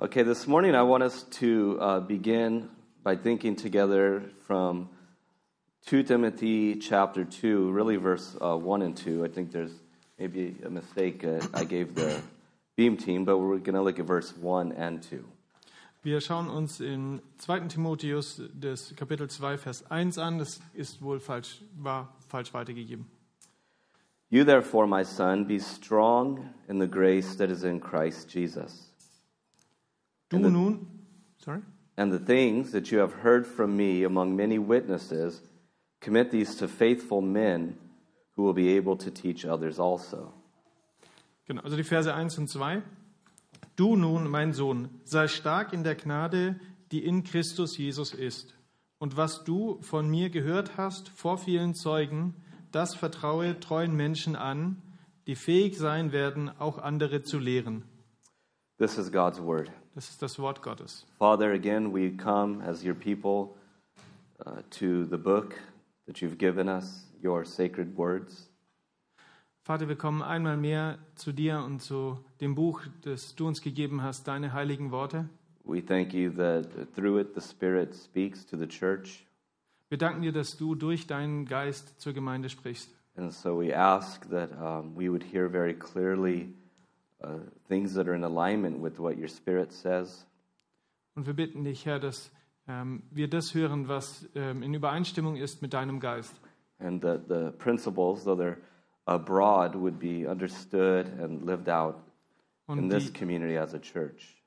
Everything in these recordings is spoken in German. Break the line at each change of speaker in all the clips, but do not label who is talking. Okay, this morning I want us to uh, begin by thinking together from 2 Timothy chapter 2, really verse uh, 1 and 2. I think there's maybe a mistake uh, I gave the beam team, but we're going to look at verse 1 and 2.
Wir schauen uns in 2. Timotheus des Kapitel 2 Vers 1 an, das ist wohl falsch war falsch weitergegeben.
You therefore, my son, be strong in the grace that is in Christ Jesus.
Du
And the-
nun, sorry.
And the things that you have heard from me among many witnesses, commit these to faithful men who will be able to teach others also.
Genau, also die Verse 1 und 2. Du nun, mein Sohn, sei stark in der Gnade, die in Christus Jesus ist. Und was du von mir gehört hast vor vielen Zeugen, das vertraue treuen Menschen an, die fähig sein werden, auch andere zu lehren.
This is God's word.
Das ist das Wort Gottes.
Father, again, we come as your people uh, to the book that you've given us, your sacred words.
Vater, wir kommen einmal mehr zu dir und zu dem Buch, das du uns gegeben hast, deine heiligen Worte.
We thank you that through it the Spirit speaks to the church.
Wir danken dir, dass du durch deinen Geist zur Gemeinde sprichst.
And so we ask that um, we would hear very clearly uh, things that are in alignment with what your Spirit says.
Und wir bitten dich, Herr, dass ähm, wir das hören, was ähm, in Übereinstimmung ist mit deinem Geist.
and that the principles, though they're uh, broad, would be understood and lived out in
Und,
this
die,
community as a church.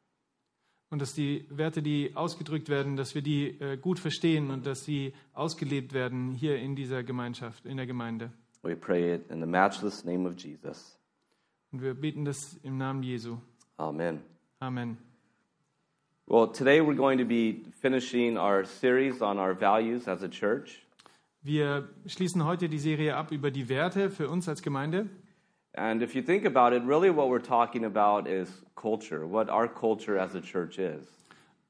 und dass die Werte, die ausgedrückt werden, dass wir die äh, gut verstehen und dass sie ausgelebt werden hier in dieser Gemeinschaft, in der Gemeinde.
We pray it in the matchless name of Jesus.
Und wir beten das im Namen Jesu.
Amen.
Amen.
Well, today we're going to be finishing our series on our values as a church.
Wir schließen heute die Serie ab über die Werte für uns als Gemeinde.
And if you think about it, really what we're talking about is culture, what our culture as a church is.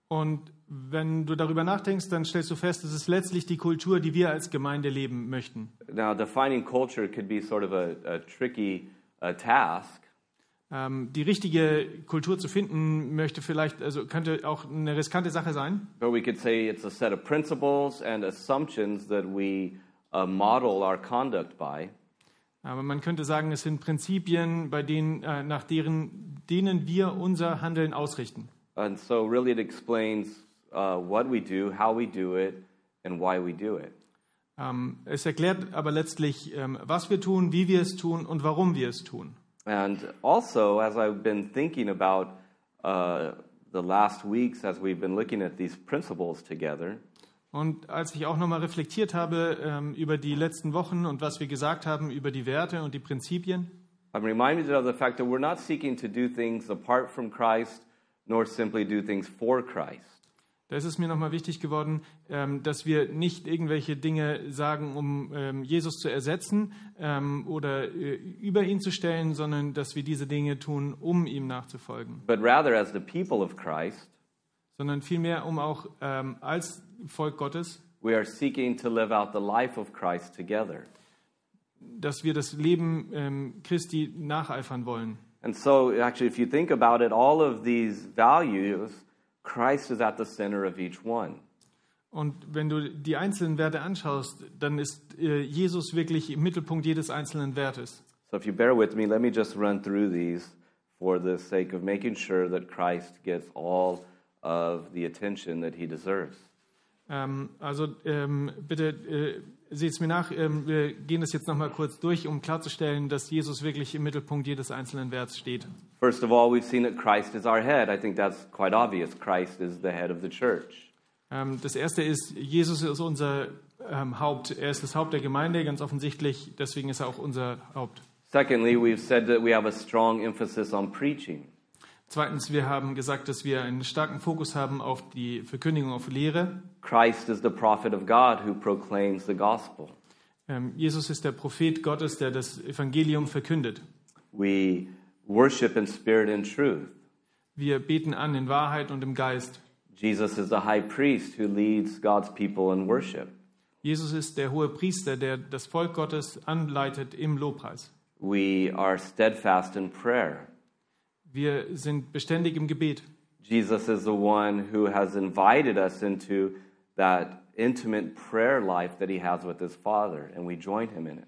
Und wenn du darüber nachdenkst, dann stellst du fest, es ist letztlich die Kultur, die wir als Gemeinde leben möchten.
Now, defining culture could be sort of a, a tricky uh, task,
Ähm, die richtige Kultur zu finden, möchte vielleicht, also könnte auch eine riskante Sache sein.
But we could say it's a set of principles and assumptions that we uh, model our conduct by.
Aber man könnte sagen, es sind Prinzipien, bei denen, äh, nach deren, denen wir unser Handeln ausrichten.
And so, really, it explains uh, what we do, how we do it, and why we do it.
Ähm, es erklärt aber letztlich, ähm, was wir tun, wie wir es tun und warum wir es tun.
And also, as I've been thinking about uh, the last weeks, as we've been looking at these principles together,
Und als ich auch nochmal reflektiert habe ähm, über die letzten Wochen und was wir gesagt haben über die Werte und die Prinzipien,
I'm reminded of the fact that we're not seeking to do things apart from Christ, nor simply do things for Christ.
Da ist es mir nochmal wichtig geworden, ähm, dass wir nicht irgendwelche Dinge sagen, um ähm, Jesus zu ersetzen ähm, oder äh, über ihn zu stellen, sondern dass wir diese Dinge tun, um ihm nachzufolgen,
But rather, as the people of Christ,
sondern vielmehr um auch ähm, als Volk Gottes,
We are seeking to live out the life of Christ together.
dass wir das Leben ähm, Christi nacheifern wollen.
And so, actually, if you think about it, all of these values, Christ is at the center of each one.
Und wenn du die einzelnen Werte anschaust, dann ist äh, Jesus wirklich im Mittelpunkt jedes einzelnen Wertes.
So, if you bear with me, let me just run through these for the sake of making sure that Christ gets all of the attention that he deserves.
Ähm, also ähm, bitte äh, seht es mir nach. Ähm, wir gehen das jetzt nochmal kurz durch, um klarzustellen, dass Jesus wirklich im Mittelpunkt jedes einzelnen Werts steht.
First of all, we've seen that Christ is our head. I think that's quite obvious. Christ is the head of the church.
Ähm, das erste ist, Jesus ist unser ähm, Haupt. Er ist das Haupt der Gemeinde, ganz offensichtlich. Deswegen ist er auch unser Haupt.
Secondly, we've said that we have a strong emphasis on preaching.
Zweitens, wir haben gesagt, dass wir einen starken Fokus haben auf die Verkündigung, auf Lehre.
Christ is the prophet of God who proclaims the gospel.
Ähm, Jesus ist der Prophet Gottes, der das Evangelium verkündet.
We worship in spirit and truth.
Wir beten an in Wahrheit und im Geist.
Jesus is the high priest who leads God's people in worship.
Jesus ist der hohe Priester, der das Volk Gottes anleitet im Lobpreis.
We are steadfast in prayer.
Wir sind beständig im Gebet.
Jesus is the one who has invited us into that intimate prayer life that he has with his Father, and we join him in it.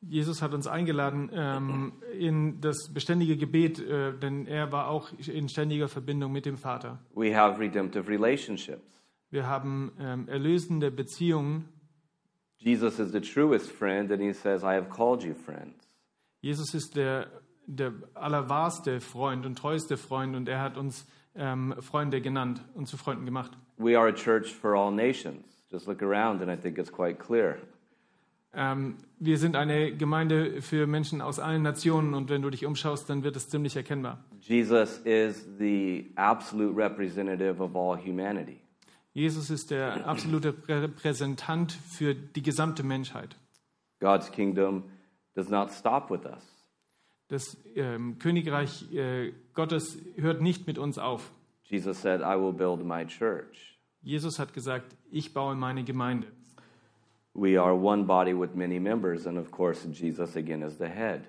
Jesus hat uns eingeladen ähm, in das beständige Gebet, äh, denn er war auch in ständiger Verbindung mit dem Vater.
We have redemptive relationships.
Wir haben ähm, erlösende Beziehungen.
Jesus is the truest friend, and he says, I have called you friends.
Jesus ist der, der allerwahrste Freund und treueste Freund und er hat uns ähm, Freunde genannt und zu Freunden gemacht.
We are a church for all nations. Just look around, and I think it's quite clear.
Ähm, wir sind eine Gemeinde für Menschen aus allen Nationen und wenn du dich umschaust, dann wird es ziemlich erkennbar.
Jesus is the absolute representative of all humanity.
Jesus ist der absolute Repräsentant für die gesamte Menschheit.
God's kingdom does not stop with us,
Das ähm, Königreich äh, Gottes hört nicht mit uns auf.
Jesus said, I will build my church.
Jesus hat gesagt, ich baue meine Gemeinde.
We are one body with many members, and of course, Jesus again is the head.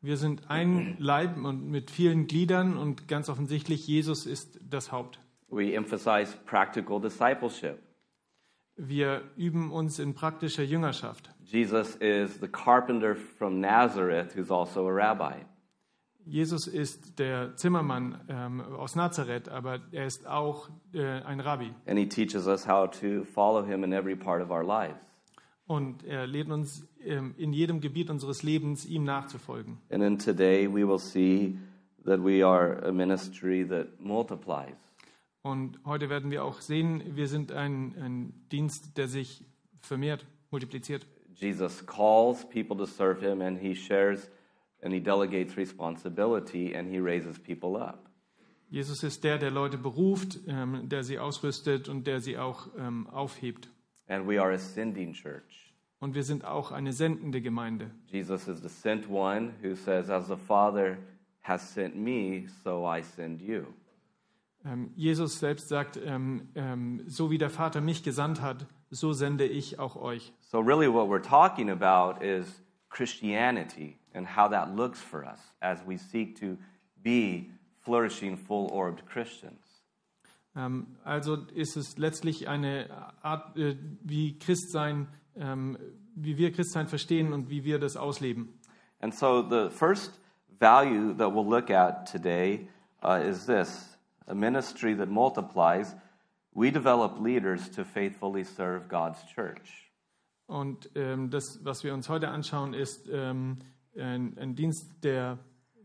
Wir sind ein Leib und mit vielen Gliedern und ganz offensichtlich Jesus ist das Haupt.
We emphasize practical discipleship.
Wir üben uns in praktischer Jüngerschaft.
Jesus is the carpenter from Nazareth who's also a rabbi.
Jesus ist der Zimmermann ähm, aus Nazareth, aber er ist auch äh, ein Rabbi
And he teaches us how to follow him in every part of our lives.
und er lehrt uns ähm, in jedem Gebiet unseres Lebens, ihm nachzufolgen.
And then today we will see that we are a ministry that multiplies.
Und heute werden wir auch sehen, wir sind ein, ein Dienst, der sich vermehrt, multipliziert.
Jesus calls people to serve him and he shares and he delegates responsibility and he raises people up.
Jesus ist der, der Leute beruft, ähm, der sie ausrüstet und der sie auch ähm, aufhebt.
And we are a sending church.
Und wir sind auch eine sendende Gemeinde.
Jesus is the sent one who says, As the Father has sent me, so I send you.
Ähm, Jesus selbst sagt, ähm, ähm, so wie der Vater mich gesandt hat, so sende ich auch euch.
So, really, what we're talking about is Christianity and how that looks for us as we seek to be flourishing, full orbed Christians.
Ähm, also ist es letztlich eine Art, äh, wie Christsein, ähm, wie wir Christsein verstehen und wie wir das ausleben.
And so the first value that we'll look at today uh, is this a ministry that multiplies. We develop leaders to faithfully serve God's church.
Und ähm, das, was wir uns heute anschauen, ist ähm, ein, ein Dienst, der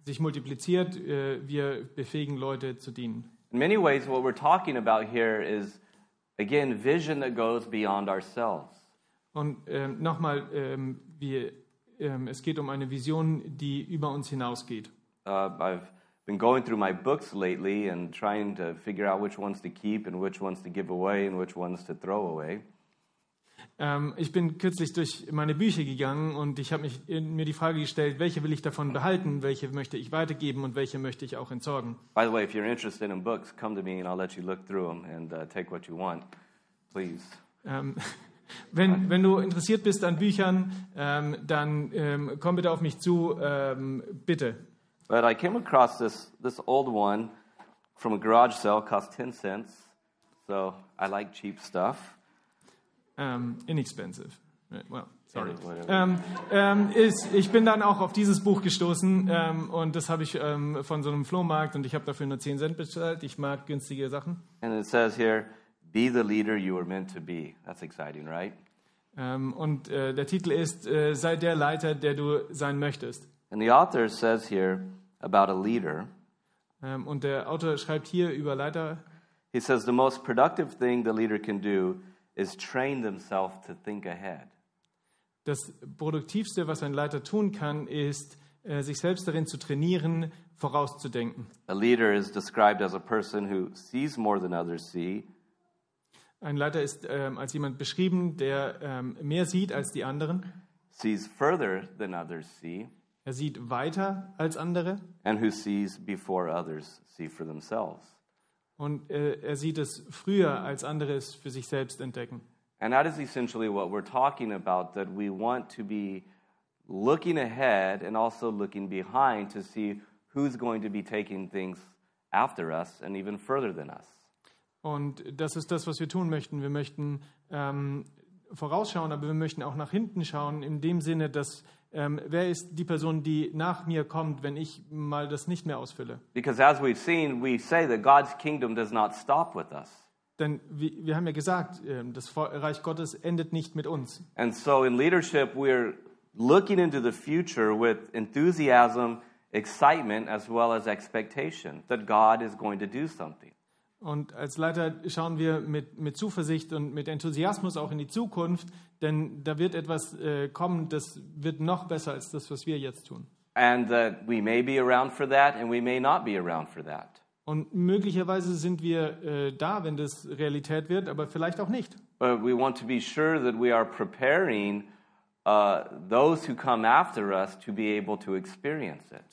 sich multipliziert. Äh, wir befähigen Leute zu dienen.
In many ways, what we're talking about here is, again, vision that goes beyond ourselves.
Und ähm, nochmal, ähm, wir, ähm, es geht um eine Vision, die über uns hinausgeht.
Uh, I've been going through my books lately and trying to figure out which ones to keep and which ones to give away and which ones to throw away.
Ähm, ich bin kürzlich durch meine Bücher gegangen und ich habe mich in- mir die Frage gestellt, welche will ich davon behalten, welche möchte ich weitergeben und welche möchte ich auch entsorgen.
By the way, if you're interested in books, come to me and I'll let you look through them and uh, take what you want, please.
Ähm, wenn, wenn du interessiert bist an Büchern, ähm, dann ähm, komm bitte auf mich zu, ähm, bitte.
But I came across this this old one from a garage sale, cost ten cents. So I like cheap stuff.
Ähm, inexpensive. Äh, Well, sorry.
Whatever.
Ähm, ähm, ist, ich bin dann auch auf dieses Buch gestoßen ähm, und das habe ich ähm, von so einem Flohmarkt und ich habe dafür nur 10 Cent bezahlt. Ich mag günstige Sachen.
And it says here, "Be the leader you were meant to be." That's exciting, right?
Ähm, und äh, der Titel ist äh, Sei der Leiter, der du sein möchtest.
And the author says here about a leader.
Ähm, und der Autor schreibt hier über Leiter.
He says the most productive thing the leader can do is train themselves to think ahead.
Das Produktivste, was ein Leiter tun kann, ist, äh, sich selbst darin zu trainieren, vorauszudenken.
A leader is described as a person who sees more than others see,
Ein Leiter ist ähm, als jemand beschrieben, der ähm, mehr sieht als die anderen.
sees further than others see,
Er sieht weiter als andere
and who sees before others see for themselves.
und äh, er sieht es früher als andere es für sich selbst entdecken.
And that is essentially what we're talking about that we want to be looking ahead and also looking behind to see who's going to be taking things after us and even further than us.
Und das ist das, was wir tun möchten. Wir möchten ähm, vorausschauen, aber wir möchten auch nach hinten schauen, in dem Sinne, dass ähm, wer ist die Person, die nach mir kommt, wenn ich mal das nicht mehr ausfülle.
Because as we've seen, we say that God's kingdom does not stop with us.
Denn wir, wir haben ja gesagt, ähm, das Vor- Reich Gottes endet nicht mit uns.
And so in leadership, we're looking into the future with enthusiasm, excitement, as well as expectation that God is going to do something.
Und als Leiter schauen wir mit, mit Zuversicht und mit Enthusiasmus auch in die Zukunft, denn da wird etwas äh, kommen, das wird noch besser als das, was wir jetzt tun.
And that we may be around for that and we may not be around for that.
Und möglicherweise sind wir äh, da, wenn das Realität wird, aber vielleicht auch nicht.
But we want to be sure that we are preparing uh, those who come after us to be able to experience it.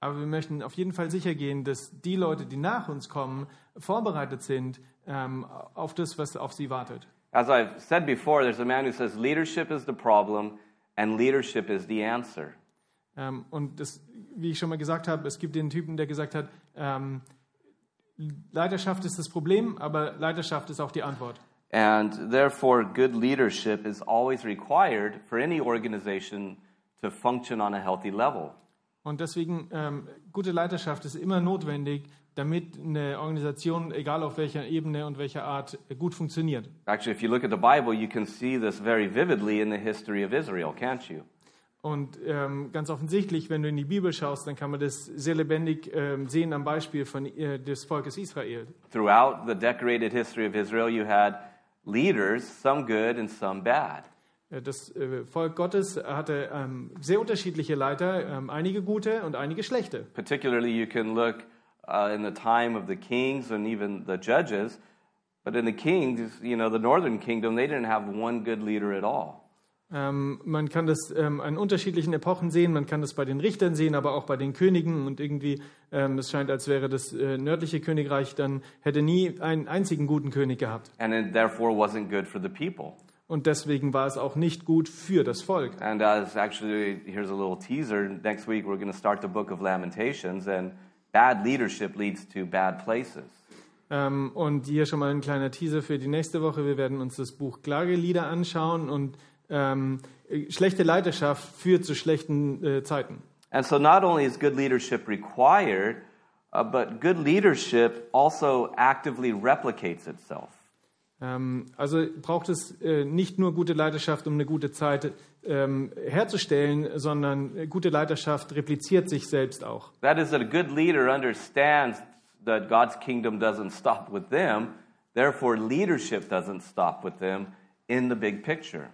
Aber wir möchten auf jeden Fall sicher gehen, dass die Leute, die nach uns kommen, vorbereitet sind ähm, auf das, was auf sie wartet.
As I've said before, there's a man who says leadership is the problem and leadership is the answer.
Ähm, und das, wie ich schon mal gesagt habe, es gibt den Typen, der gesagt hat, ähm, Leiterschaft ist das Problem, aber Leiterschaft ist auch die Antwort.
And therefore, good leadership is always required for any organization to function on a healthy level.
Und deswegen, ähm, gute Leiterschaft ist immer notwendig, damit eine Organisation, egal auf welcher Ebene und welcher Art, gut funktioniert.
Actually, if you look at the Bible, you can see this very vividly in the history of Israel, can't you?
Und ähm, ganz offensichtlich, wenn du in die Bibel schaust, dann kann man das sehr lebendig ähm, sehen am Beispiel von, äh, des Volkes Israel.
Throughout the decorated history of Israel, you had leaders, some good and some bad.
Äh, Das äh, Volk Gottes hatte ähm, sehr unterschiedliche Leiter, ähm, einige gute und einige schlechte.
Particularly, you can look uh, in the time of the kings and even the judges. But in the kings, you know, the northern kingdom, they didn't have one good leader at all.
Ähm, man kann das ähm, an unterschiedlichen Epochen sehen, man kann das bei den Richtern sehen, aber auch bei den Königen und irgendwie ähm, es scheint, als wäre das äh, nördliche Königreich dann hätte nie einen einzigen guten König gehabt
And it therefore wasn't good for the people.
und deswegen war es auch nicht gut für das Volk.
And as actually, here's a little teaser. Next week, we're going to start the book of Lamentations, and bad leadership leads to bad places.
Ähm, und hier schon mal ein kleiner Teaser für die nächste Woche. Wir werden uns das Buch Klagelieder anschauen und ähm, äh, schlechte Leiterschaft führt zu schlechten äh, Zeiten.
And so, not only is good leadership required, uh, but good leadership also actively replicates itself.
Ähm, also braucht es äh, nicht nur gute Leiterschaft, um eine gute Zeit ähm, herzustellen, sondern äh, gute Leiterschaft repliziert sich selbst auch.
That is, that a good leader understands that God's kingdom doesn't stop with them, therefore, leadership doesn't stop with them in the big picture.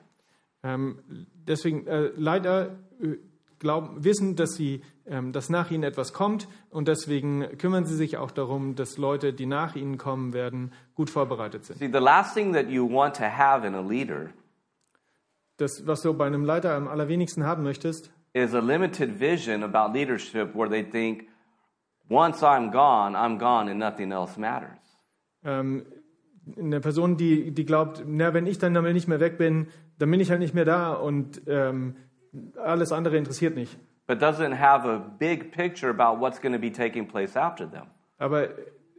Ähm, deswegen äh, Leiter äh, glauben, wissen, dass sie, ähm, dass nach ihnen etwas kommt und deswegen kümmern sie sich auch darum, dass Leute, die nach ihnen kommen werden, gut vorbereitet sind.
See, the last thing that you want to have in a leader
Das, was du bei einem Leiter am allerwenigsten haben möchtest,
is a limited vision about leadership where they think, once I'm gone, I'm gone and nothing else matters.
ähm, eine Person, die, die glaubt, na, wenn ich dann damit nicht mehr weg bin, dann bin ich halt nicht mehr da und ähm, alles andere interessiert mich.
But doesn't have a big picture about what's going to be taking place after them.
Aber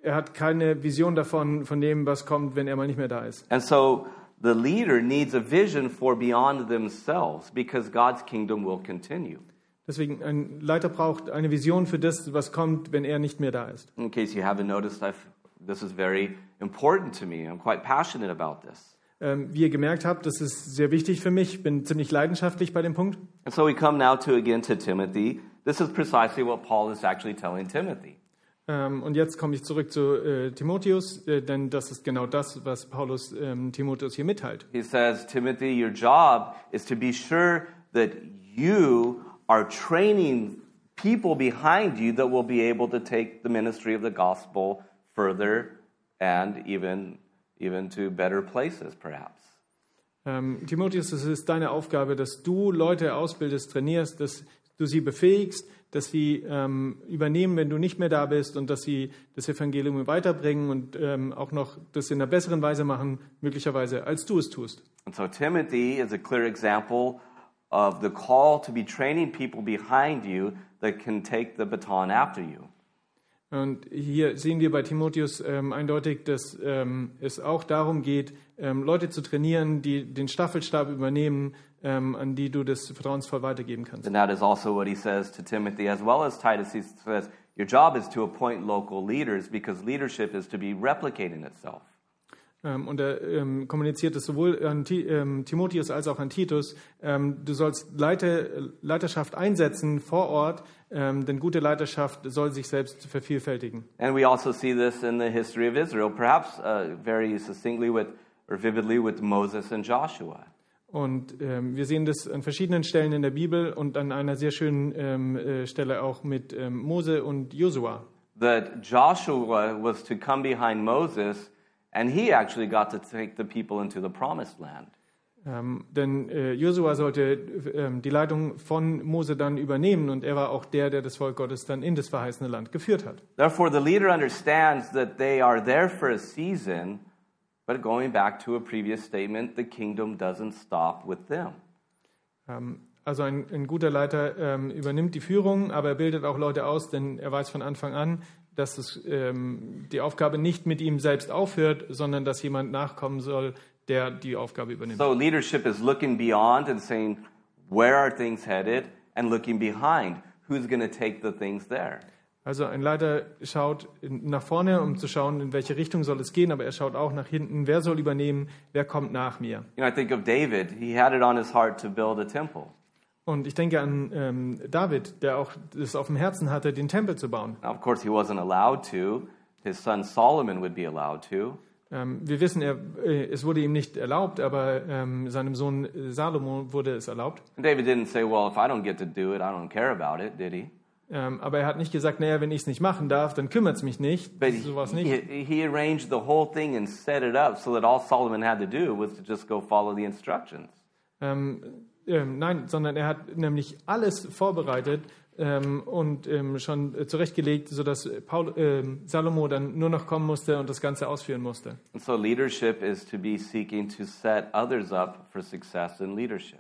er hat keine Vision davon, von dem, was kommt, wenn er mal nicht mehr da ist.
And so the leader needs a vision for beyond themselves because God's kingdom will continue.
Deswegen, ein Leiter braucht eine Vision für das, was kommt, wenn er nicht mehr da ist.
In case you haven't noticed, I've, this is very important to me. I'm quite passionate about this.
Ähm, wie ihr gemerkt habt, das ist sehr wichtig für mich. Ich bin ziemlich leidenschaftlich bei dem Punkt.
And so we come now to again to Timothy. This is precisely what Paul is actually telling Timothy.
Ähm, und jetzt komme ich zurück zu äh, Timotheus, äh, denn das ist genau das, was Paulus ähm, Timotheus hier mitteilt.
He says, Timothy, your job is to be sure that you are training people behind you that will be able to take the ministry of the gospel further and even, even to better places, perhaps.
Ähm, Timotheus, es ist deine Aufgabe, dass du Leute ausbildest, trainierst, dass du sie befähigst, dass sie ähm, übernehmen, wenn du nicht mehr da bist und dass sie das Evangelium weiterbringen und ähm, auch noch das in einer besseren Weise machen, möglicherweise, als du es tust.
And so Timothy is a clear example of the call to be training people behind you that can take the baton after you.
Und hier sehen wir bei Timotheus ähm, eindeutig, dass ähm, es auch darum geht, ähm, Leute zu trainieren, die den Staffelstab übernehmen, ähm, an die du das vertrauensvoll weitergeben kannst.
And that is also what he says to Timothy, as well as Titus. He says, Your job is to appoint local leaders because leadership is to be replicating itself.
Ähm, und er ähm, kommuniziert es sowohl an Ti ähm, Timotheus als auch an Titus. Ähm, du sollst Leiter, Leiterschaft einsetzen vor Ort, ähm, denn gute Leiterschaft soll sich selbst vervielfältigen.
And we also see this in the history of Israel, perhaps uh, very succinctly with, or vividly with Moses and Joshua.
Und ähm, wir sehen das an verschiedenen Stellen in der Bibel und an einer sehr schönen ähm, äh, Stelle auch mit ähm, Mose und Josua.
That Joshua was to come behind Moses, and he actually got to take the people into the promised land.
Ähm, denn äh, Josua sollte ähm, die Leitung von Mose dann übernehmen und er war auch der, der das Volk Gottes dann in das verheißene Land geführt hat.
Therefore, the leader understands that they are there for a season, but going back to a previous statement, the kingdom doesn't stop with them.
Ähm, also ein, ein guter Leiter ähm, übernimmt die Führung, aber er bildet auch Leute aus, denn er weiß von Anfang an, dass es, ähm, die Aufgabe nicht mit ihm selbst aufhört, sondern dass jemand nachkommen soll, der die Aufgabe übernimmt.
So, leadership is looking beyond and saying, where are things headed, and looking behind. Who's going to take the things there?
Also ein Leiter schaut in- nach vorne, um zu schauen, in welche Richtung soll es gehen, aber er schaut auch nach hinten, wer soll übernehmen, wer kommt nach mir.
You know, I think of David. He had it on his heart to build a temple.
Und ich denke an ähm, David, der auch das auf dem Herzen hatte, den Tempel zu bauen.
Now, of course, he wasn't allowed to. His son Solomon would be allowed to.
Ähm, wir wissen, er, äh, es wurde ihm nicht erlaubt, aber ähm, seinem Sohn äh, Salomo wurde es erlaubt.
And David didn't say, well, if I don't get to do it, I don't care about it, did he?
Ähm, aber er hat nicht gesagt, naja, wenn ich es nicht machen darf, dann kümmert es mich nicht.
But
Sowas
he,
nicht.
he, he arranged the whole thing and set it up so that all Solomon had to do was to just go follow the instructions.
Ähm, ähm, nein, sondern er hat nämlich alles vorbereitet ähm, und ähm, schon äh, zurechtgelegt, sodass äh, Paul, ähm, Salomo dann nur noch kommen musste und das Ganze ausführen musste.
And so leadership is to be seeking to set others up for success in leadership.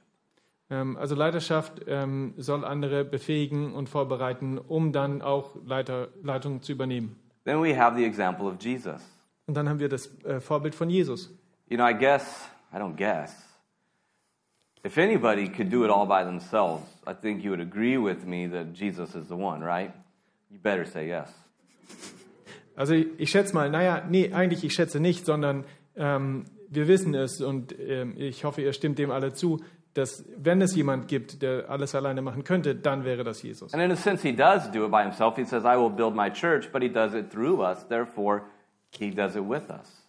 Ähm, also Leiterschaft ähm, soll andere befähigen und vorbereiten, um dann auch Leiter, Leitung zu übernehmen.
Then we have the example of Jesus.
Und dann haben wir das äh, Vorbild von Jesus.
You know, I guess, I don't guess, if anybody could do it all by themselves, I think you would agree with me that Jesus is the one, right? You better say yes.
Also ich, ich schätze mal, naja, nee, eigentlich ich schätze nicht, sondern ähm, wir wissen es und ähm, ich hoffe, ihr stimmt dem alle zu, dass wenn es jemand gibt, der alles alleine machen könnte, dann wäre das Jesus.
And in a sense, he does do it by himself. He says, I will build my church, but he does it through us. Therefore, he does it with us.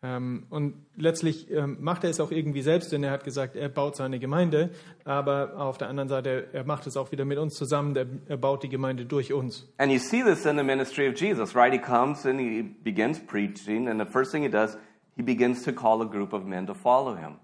Ähm, und letztlich ähm, macht er es auch irgendwie selbst, denn er hat gesagt, er baut seine Gemeinde, aber auf der anderen Seite, er macht es auch wieder mit uns zusammen, er, er baut die Gemeinde durch uns.
And you see this in the ministry of Jesus, right? He comes and he begins preaching, and the first thing he does, he begins to call a group of men to follow him.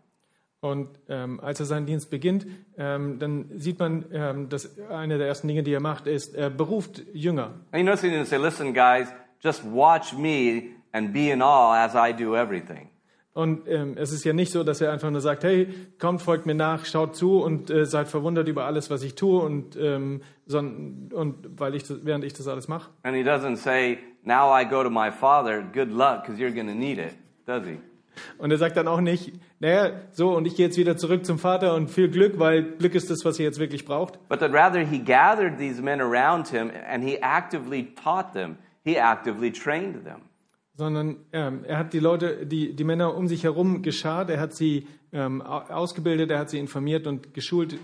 Und ähm, als er seinen Dienst beginnt, ähm, dann sieht man, ähm, dass eine der ersten Dinge, die er macht, ist, er beruft Jünger.
And you notice he didn't say, Listen, guys, just watch me and be in awe as I do everything.
Und ähm, es ist ja nicht so, dass er einfach nur sagt, hey, kommt, folgt mir nach, schaut zu und äh, seid verwundert über alles, was ich tue und, ähm, son, und weil ich das, während ich das alles mache.
And he doesn't say, Now I go to my father, good luck, because you're going to need it, does he?
Und er sagt dann auch nicht, naja, so und ich gehe jetzt wieder zurück zum Vater und viel Glück, weil Glück ist das, was ihr jetzt wirklich braucht.
But that rather he gathered these men around him and he actively taught them, he actively trained them.
Sondern ähm, er hat die Leute, die, die Männer um sich herum geschart, er hat sie ähm, au- ausgebildet, er hat sie informiert und geschult,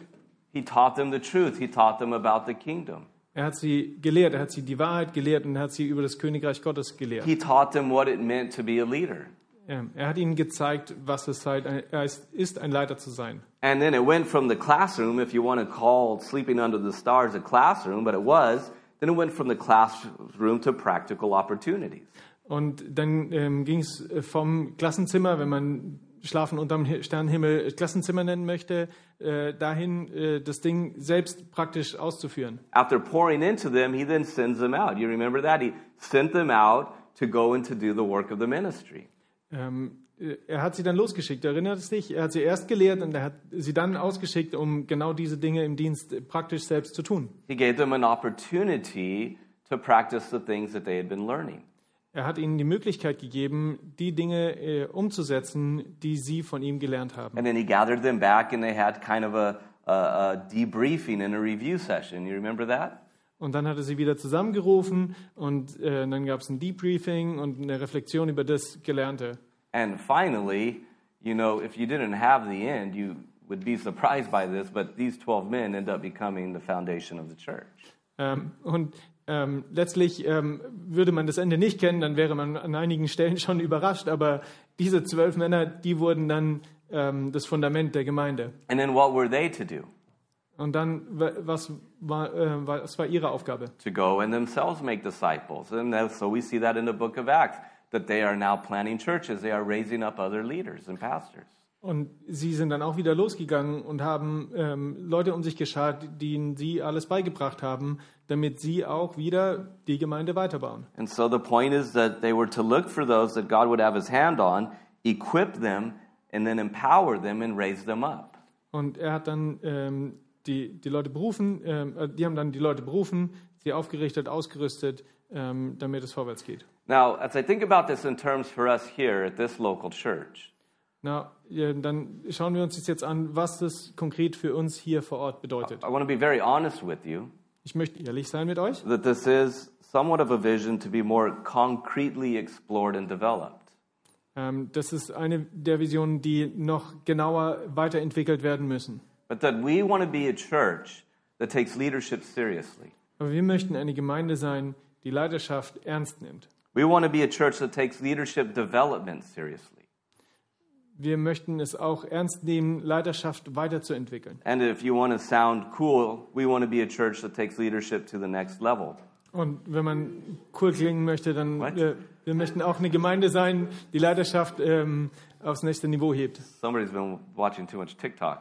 He taught them the truth, he taught them about the kingdom.
er hat sie gelehrt, er hat sie die Wahrheit gelehrt und er hat sie über das Königreich Gottes gelehrt.
He taught them what it meant to be a leader.
Ähm, Er hat ihnen gezeigt, was es halt heißt, ist, ein Leiter zu sein.
And then it went from the classroom, if you want to call sleeping under the stars a classroom, but it was, then it went from the classroom to practical opportunities.
Und dann ähm, ging es vom Klassenzimmer, wenn man Schlafen unterm Hi- Sternenhimmel äh, Klassenzimmer nennen möchte, äh, dahin, äh, das Ding selbst praktisch auszuführen.
After pouring into them, he then sends them out. You remember that? He sent them out to go and to do the work of the ministry.
Ähm, äh, er hat sie dann losgeschickt, erinnert es dich? Er hat sie erst gelehrt und er hat sie dann ausgeschickt, um genau diese Dinge im Dienst praktisch selbst zu tun.
He gave them an opportunity to practice the things that they had been learning.
Er hat ihnen die Möglichkeit gegeben, die Dinge äh, umzusetzen, die sie von ihm gelernt haben.
And then he gathered them back and they had kind of a, a, a debriefing and a review session. You remember that?
Und dann hat er sie wieder zusammengerufen und äh, dann gab es ein Debriefing und eine Reflexion über das Gelernte.
And finally, you know, if you didn't have the end, you would be surprised by this, but these 12 men end up becoming the foundation of the church.
Ähm, und ähm, letztlich ähm, würde man das Ende nicht kennen, dann wäre man an einigen Stellen schon überrascht. Aber diese zwölf Männer, die wurden dann ähm, das Fundament der Gemeinde.
And then what were they to do?
Und dann, wa- was war, äh, was war ihre Aufgabe?
To go and themselves make disciples. And that, so we see that in the book of Acts, that they are now planning churches, they are raising up other leaders and pastors.
Und sie sind dann auch wieder losgegangen und haben ähm, Leute um sich geschart, denen sie alles beigebracht haben, damit sie auch wieder die Gemeinde weiterbauen.
And so the point is that they were to look for those that God would have his hand on, equip them, and then empower them and raise them up.
Und er hat dann ähm, die, die Leute berufen, ähm, äh, die haben dann die Leute berufen, sie aufgerichtet, ausgerüstet, ähm, damit es vorwärts geht.
Now, as I think about this in terms for us here at this local church,
Na, ja, dann schauen wir uns das jetzt an, was das konkret für uns hier vor Ort bedeutet.
I want to be very honest with you
Ich möchte ehrlich sein mit euch.
that this is somewhat of a vision to be more concretely explored and developed.
Ähm, das ist eine der Visionen, die noch genauer weiterentwickelt werden müssen.
But that we want to be a church that takes leadership seriously.
Aber wir möchten eine Gemeinde sein, die Leidenschaft ernst nimmt.
We want to be a church that takes leadership development seriously.
Wir möchten es auch ernst nehmen, Leidenschaft weiterzuentwickeln.
And if you want to sound cool, we want to be a church that takes leadership to the next level.
Und wenn man cool klingen möchte, dann
What?
äh, wir möchten auch eine Gemeinde sein, die Leidenschaft ähm, aufs nächste Niveau hebt.
Somebody's been watching too much TikTok.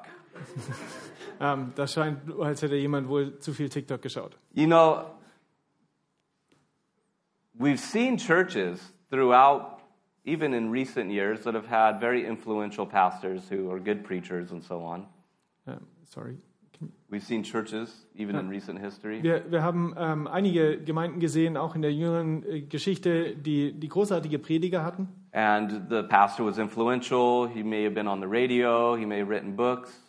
Ähm, das scheint, als hätte jemand wohl zu viel TikTok geschaut.
You know, we've seen churches throughout, even in recent years, that have had very influential pastors who are good preachers and so on.
Ähm, sorry.
We've seen churches, even in recent history,
Wir, wir haben ähm, einige Gemeinden gesehen, auch in der jüngeren äh, Geschichte, die, die großartige Prediger hatten.
and the pastor was influential. He may have been on the radio, he may have written books,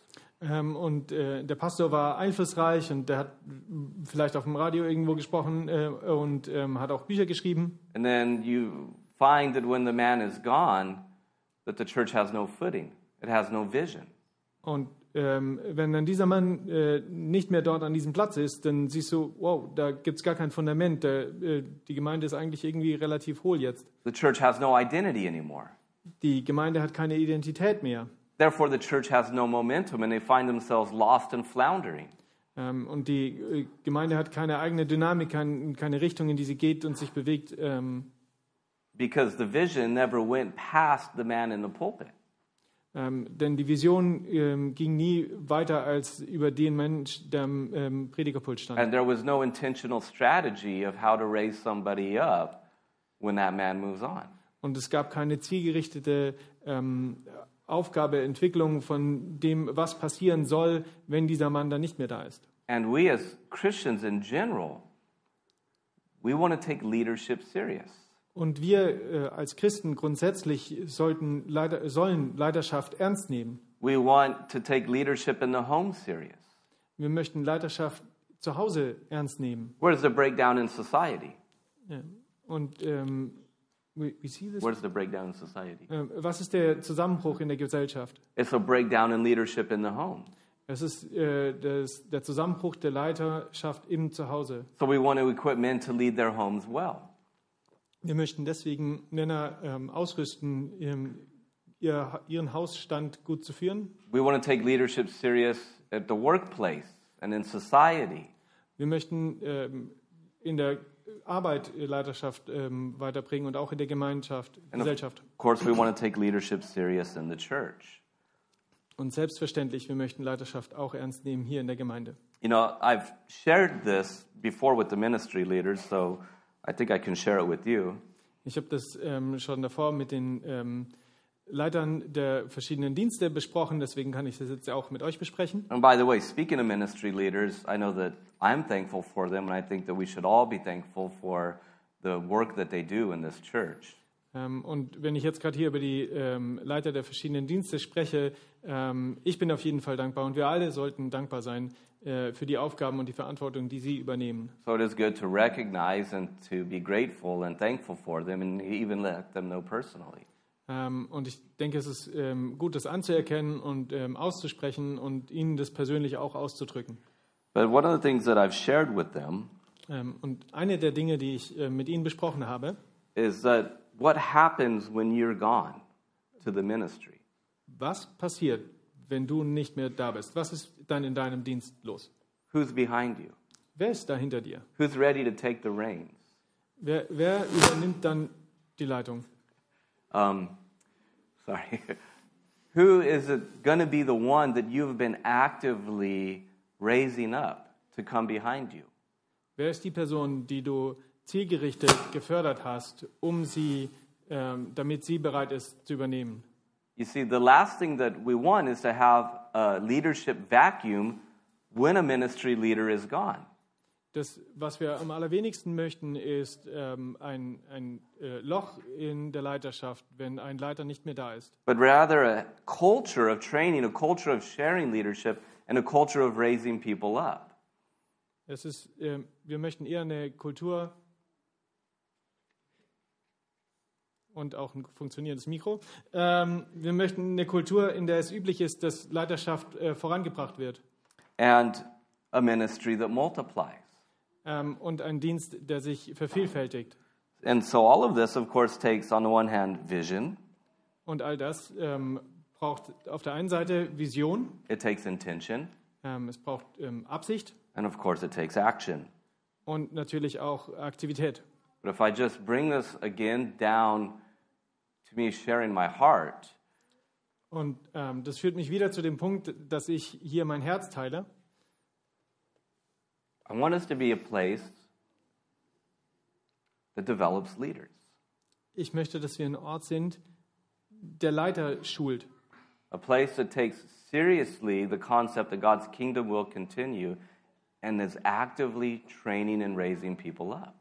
Ähm, und äh, der Pastor war einflussreich und der hat hm, vielleicht auf dem Radio irgendwo gesprochen äh, und ähm, hat auch Bücher geschrieben.
and then you find that when the man is gone, that the church has no footing, it has no vision.
Und ähm, wenn dann dieser Mann äh, nicht mehr dort an diesem Platz ist, dann siehst du, wow, da gibt es gar kein Fundament. Da, äh, die Gemeinde ist eigentlich irgendwie relativ hohl jetzt.
The church has no identity anymore.
Die Gemeinde hat keine Identität mehr.
Therefore, the church has no momentum and they find themselves lost and floundering.
Ähm, und die äh, Gemeinde hat keine eigene Dynamik, kein, keine Richtung, in die sie geht und sich bewegt, ähm,
Because the vision never went past the man in the pulpit.
ähm, denn die Vision ähm, ging nie weiter als über den Mensch, der am ähm, Predigerpult stand.
And there was no intentional strategy of how to raise somebody up when that man moves on.
Und es gab keine zielgerichtete ähm, Aufgabe, Entwicklung von dem, was passieren soll, wenn dieser Mann dann nicht mehr da ist.
And we, as Christians in general, we want to take leadership serious.
Und wir äh, als Christen grundsätzlich sollten Leider, sollen Leiterschaft ernst nehmen.
We want to take leadership in the home serious.
Wir möchten Leiterschaft zu Hause ernst nehmen.
Where's the breakdown in society?
Ja. Und ähm, we, we see this.
Where's the breakdown in society?
Ähm, was ist der Zusammenbruch in der Gesellschaft?
It's a breakdown in leadership in the home.
Es ist äh, das, der Zusammenbruch der Leiterschaft im Zuhause.
So we want to equip men to lead their homes well.
Wir möchten deswegen Männer ähm, ausrüsten, ähm, ihr, ihren Hausstand gut zu führen.
We want to take leadership serious at the workplace and in society.
Wir möchten ähm, in der Arbeit äh, Leiterschaft ähm, weiterbringen und auch in der Gemeinschaft, Gesellschaft.
Of course, we want to take leadership serious in the church.
Und selbstverständlich, wir möchten Leiterschaft auch ernst nehmen hier in der Gemeinde.
You know, I've shared this before with the ministry leaders, so I think I can share it with you.
Ich habe das ähm, schon davor mit den ähm, Leitern der verschiedenen Dienste besprochen, deswegen kann ich das jetzt auch mit euch besprechen.
And by the way, speaking of ministry leaders, I know that I'm thankful for them, and I think that we should all be thankful for the work that they do in this church.
Ähm, und wenn ich jetzt gerade hier über die ähm, Leiter der verschiedenen Dienste spreche, ähm, ich bin auf jeden Fall dankbar und wir alle sollten dankbar sein äh, für die Aufgaben und die Verantwortung, die sie übernehmen.
So it is good to recognize and to be grateful and thankful for them, and even let them know personally.
Ähm, und ich denke, es ist ähm, gut, das anzuerkennen und ähm, auszusprechen und ihnen das persönlich auch auszudrücken.
But one of the things that I've shared with them
Ähm, und eine der Dinge, die ich äh, mit ihnen besprochen habe,
is that what happens when you're gone to the ministry?
was passiert, wenn du nicht mehr da bist? Was ist dann in deinem Dienst los?
Who's behind you?
Wer ist da hinter dir?
Who's ready to take the reins?
Wer, wer übernimmt dann die Leitung?
Um, sorry. Who is it going to be the one that you've been actively raising up to come behind you?
Wer ist die Person, die du zielgerichtet gefördert hast, um sie, ähm, damit sie bereit ist zu übernehmen?
You see, the last thing that we want is to have a leadership vacuum when a ministry leader is gone.
Das, was wir am allerwenigsten möchten, ist ähm, ein, ein äh, Loch in der Leiterschaft, wenn ein Leiter nicht mehr da ist.
but rather a culture of training, a culture of sharing leadership, and a culture of raising people up.
Es ist, ähm, wir möchten eher eine Kultur und auch ein funktionierendes Mikro. Ähm, wir möchten eine Kultur, in der es üblich ist, dass Leiterschaft äh, vorangebracht wird
And a ministry that multiplies.
ähm, und ein Dienst, der sich vervielfältigt.
And so, all of this, of course, takes on the one hand vision,
Und all das ähm, braucht auf der einen Seite Vision,
it takes intention,
ähm, es braucht ähm, Absicht
and of course, it takes action.
und natürlich auch Aktivität.
But if I just bring this again down to me sharing my heart,
Und ähm, das führt mich wieder zu dem Punkt, dass ich hier mein Herz teile.
I want us to be a place that develops leaders,
Ich möchte, dass wir ein Ort sind, der Leiter schult.
a place that takes seriously the concept that God's kingdom will continue and is actively training and raising people up.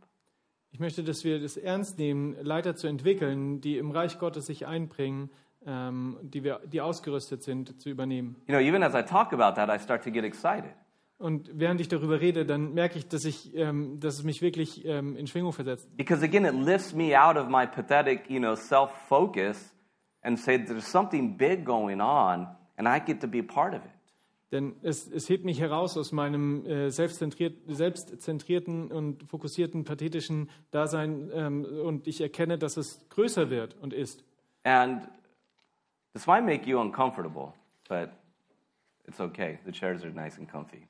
Ich möchte, dass wir das ernst nehmen, Leiter zu entwickeln, die im Reich Gottes sich einbringen, ähm, die, wir, die ausgerüstet sind, zu übernehmen.
You know, even as I talk about that, I start to get excited
Und während ich darüber rede, dann merke ich, dass, ich, ähm, dass es mich wirklich ähm, in Schwingung versetzt.
because again, it lifts me out of my pathetic, you know, self focus and say there's something big going on and I get to be part of it.
Denn es, es hebt mich heraus aus meinem äh, selbstzentriert, selbstzentrierten und fokussierten, pathetischen Dasein ähm, und ich erkenne, dass es größer wird und ist.
And this might make you uncomfortable, but it's okay. The chairs are nice and comfy.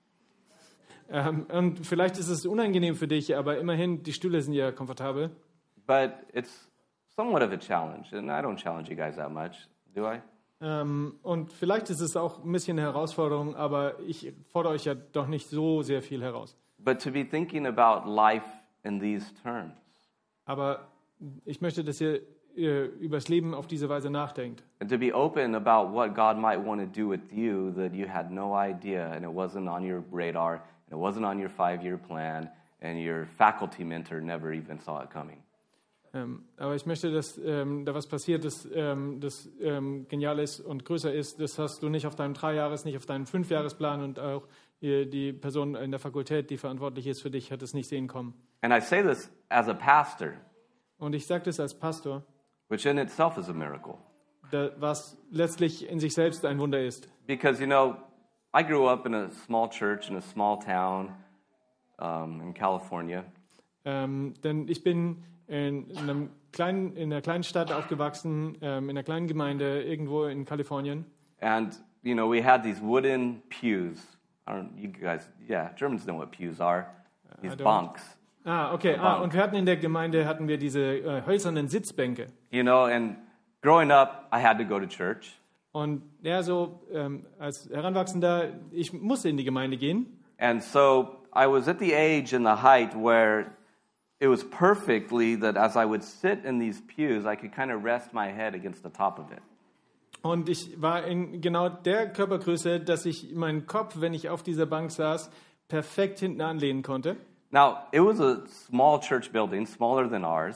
Ähm, und vielleicht ist es unangenehm für dich, aber immerhin, die Stühle sind ja komfortabel.
But it's somewhat of a challenge, and I don't challenge you guys that much, do I?
Ähm, und vielleicht ist es auch ein bisschen eine Herausforderung, aber ich fordere euch ja doch nicht so sehr viel heraus.
But to be thinking about life in these terms,
Aber ich möchte, dass ihr äh, übers Leben auf diese Weise nachdenkt.
and to be open about what God might want to do with you that you had no idea, and it wasn't on your radar, and it wasn't on your five year plan, and your faculty mentor never even saw it coming.
Ähm, aber ich möchte, dass ähm, da was passiert, das, ähm, das ähm, genial ist und größer ist. Das hast du nicht auf deinem Dreijahres-, nicht auf deinem Fünfjahresplan und auch äh, die Person in der Fakultät, die verantwortlich ist für dich, hat es nicht sehen kommen.
And I say this as a pastor,
Und ich sage das als Pastor,
which in itself is a miracle.
da, was letztlich in sich selbst ein Wunder ist.
Because, you know, I grew up in a small church in a small town um, in California.
Ähm, denn ich bin in, einem kleinen, in einer kleinen Stadt aufgewachsen, ähm, in einer kleinen Gemeinde irgendwo in Kalifornien.
And, you know, we had these wooden pews. I don't, you guys, yeah, Germans know what pews are. These
don't.
bunks.
Ah, okay. Ah, und wir hatten in der Gemeinde hatten wir diese äh, hölzernen Sitzbänke.
You know, and growing up, I had to go to church.
Und ja, so ähm, als Heranwachsender, ich musste in die Gemeinde gehen.
And so I was at the age and the height where it was perfectly that as I would sit in these pews, I could kind of rest my head against the top of it.
Und ich war in genau der Körpergröße, dass ich meinen Kopf, wenn ich auf dieser Bank saß, perfekt hinten anlehnen konnte.
Now, it was a small church building, smaller than ours.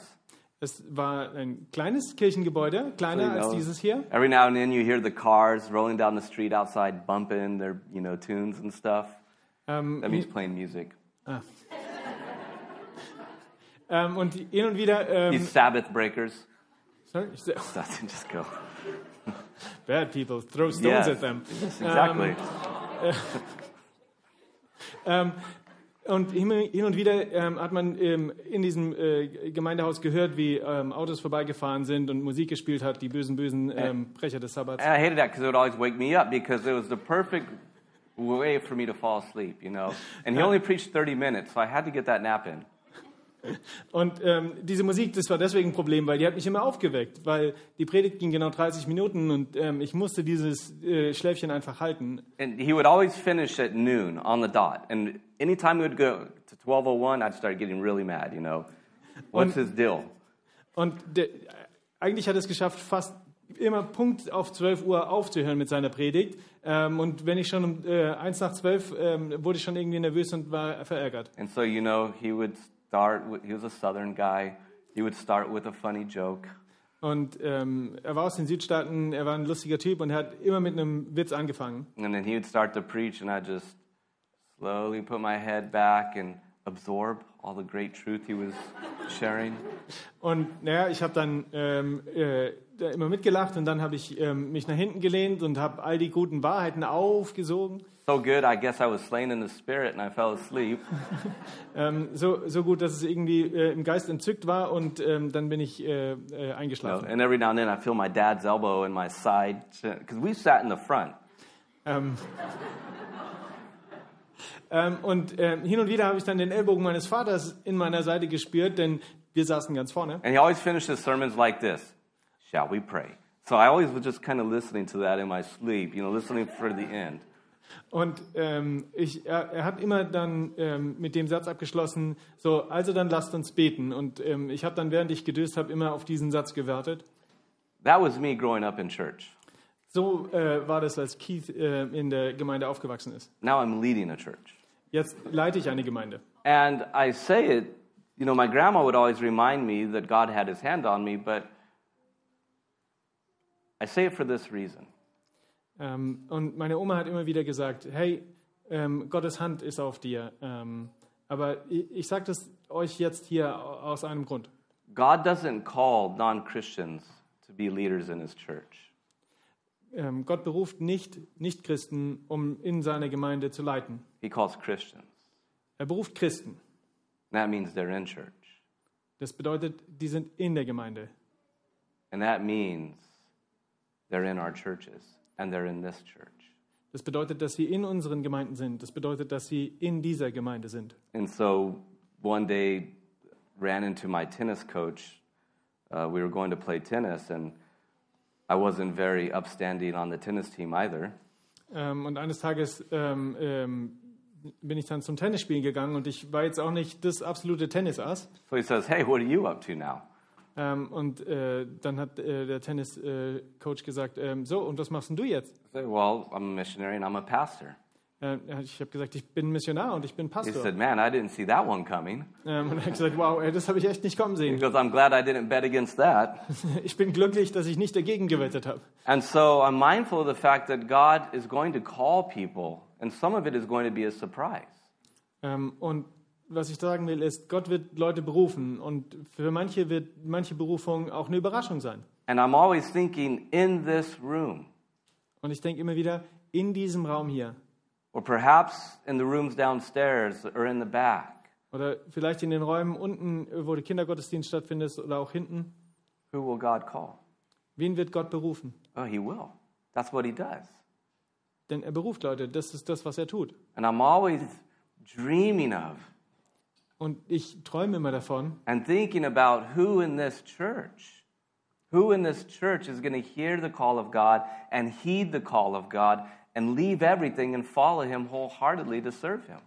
Es war ein kleines Kirchengebäude,
You
kleiner als
know,
dieses hier.
Every now and then you hear the cars rolling down the street outside bumping their, you know, tunes and stuff.
Ähm,
That means playing music.
ähm, und hin und wieder. Ähm,
These Sabbath breakers.
sorry, ich, oh,
That's just go.
bad people throw
Yes.
stones at them.
Yes, exactly.
Ähm, Und hin hin und wieder ähm, hat man ähm, in diesem äh, Gemeindehaus gehört, wie ähm, Autos vorbeigefahren sind und Musik gespielt hat, die bösen, bösen ähm, Brecher des Sabbats.
and I hated that because it would always wake me up because it was the perfect way for me to fall asleep, you know. And he only preached 30 minutes, so I had to get that nap in.
Und ähm, diese Musik, das war deswegen ein Problem, weil die hat mich immer aufgeweckt, weil die Predigt ging genau 30 Minuten und ähm, ich musste dieses äh, Schläfchen einfach halten.
And he would always finish at noon on the dot. And anytime he would go to 1201, I'd start getting really mad, you know. What's his deal?
Und der, eigentlich hat er es geschafft, fast immer Punkt auf 12 Uhr aufzuhören mit seiner Predigt. Ähm, und wenn ich schon um äh, 1 nach 12 ähm, wurde ich schon irgendwie nervös und war verärgert.
And so, you know, he would start, with, he was a southern guy. He would start with a funny joke.
Und ähm, er war aus den Südstaaten, er war ein lustiger Typ und er hat immer mit einem Witz angefangen.
And then he would start to preach, and I just slowly put my head back and absorb all the great truth he was sharing.
Und naja, ich habe dann ähm, äh, da immer mitgelacht und dann habe ich ähm, mich nach hinten gelehnt und habe all die guten Wahrheiten aufgesogen.
So good, I guess I was slain in the spirit and I fell asleep.
Ähm, so, so gut, dass es irgendwie äh, im Geist entzückt war und ähm, dann bin ich äh, äh,
So,
eingeschlafen.
and every now and then I feel my dad's elbow in my side, because we sat in the front.
Ähm, ähm, und ähm, hin und wieder habe ich dann den Ellbogen meines Vaters in meiner Seite gespürt, denn wir saßen ganz vorne.
And he always finished his sermons like this Shall we pray? So I always was just kind of listening to that in my sleep, you know, listening for the end.
Und ähm, ich, er, er hat immer dann ähm, mit dem Satz abgeschlossen, so, also dann lasst uns beten. Und ähm, ich habe dann, während ich gedöst habe, immer auf diesen Satz gewartet.
That was me growing up in church.
So äh, war das, als Keith äh, in der Gemeinde aufgewachsen ist.
Now I'm leading a church.
Jetzt leite ich eine Gemeinde.
And I say it, you know, my grandma would always remind me that God had his hand on me, but I say it for this reason.
Ähm, und meine Oma hat immer wieder gesagt, hey, ähm, Gottes Hand ist auf dir. Ähm, aber ich, ich sage das euch jetzt hier au- aus einem Grund.
God doesn't call non Christians to be leaders in his church.
Ähm, Gott beruft nicht Nichtchristen, um in seine Gemeinde zu leiten.
He calls Christians.
Er beruft Christen.
And that means they're in church.
Das bedeutet, die sind in der Gemeinde.
And that means they're in our churches and they're in this church.
Das bedeutet, dass sie in unseren Gemeinden sind. Das bedeutet, dass sie in dieser Gemeinde sind.
And so one day, ran into my tennis coach. Uh, we were going to play tennis, and I wasn't very upstanding on the tennis team either.
Ähm, und eines Tages ähm, ähm, bin ich dann zum Tennisspielen gegangen und ich war jetzt auch nicht das absolute Tennisass.
So he says, Hey, what are you up to now?
Ähm, und äh, dann hat äh, der Tenniscoach äh, Coach gesagt, ähm, so, und was machst denn du jetzt?
I said, Well, I'm a missionary and I'm a pastor.
Ähm, ich habe gesagt, ich bin Missionar und ich bin
He
Pastor.
said, Man, I didn't see that one coming.
Ähm, und er hat gesagt, wow, ey, das habe ich echt nicht kommen
He
sehen.
goes, I'm glad I didn't bet against that.
Ich bin glücklich, dass ich nicht dagegen gewettet habe.
And so I'm mindful of the fact that God is going to call people, and some of it is going to be a surprise.
Ähm, und was ich sagen will, ist, Gott wird Leute berufen und für manche wird manche Berufung auch eine Überraschung sein.
And I'm always thinking, in this room,
Und ich denke immer wieder, in diesem Raum hier
or perhaps in the rooms downstairs or in the back,
oder vielleicht in den Räumen unten, wo der Kindergottesdienst stattfindet oder auch hinten,
who will God call?
wen wird Gott berufen?
Oh, He will. That's what He does.
Denn er beruft Leute, das ist das, was er tut.
And I'm always dreaming of
Und ich träume immer davon
and thinking about who in this church, who in this church is going to hear the call of God and heed the call of God and leave everything and follow Him wholeheartedly to serve Him.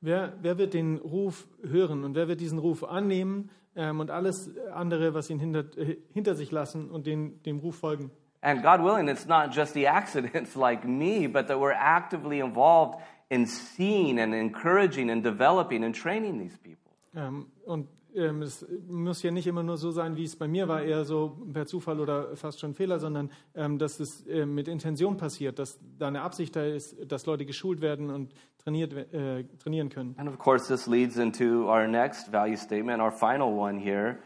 Wer, wer wird den Ruf hören und wer wird diesen Ruf annehmen ähm, und alles andere, was ihn hinter, äh, hinter sich lassen und den, dem Ruf folgen?
And God willing, it's not just the accidents like me, but that we're actively involved in seeing and encouraging and developing and training these people.
Ähm, und ähm, es muss ja nicht immer nur so sein, wie es bei mir war, eher so per Zufall oder fast schon Fehler, sondern ähm, dass es äh, mit Intention passiert, dass da eine Absicht da ist, dass Leute geschult werden und trainiert, we- äh, trainieren können.
And of course,
course, this leads into our next value statement, our final one here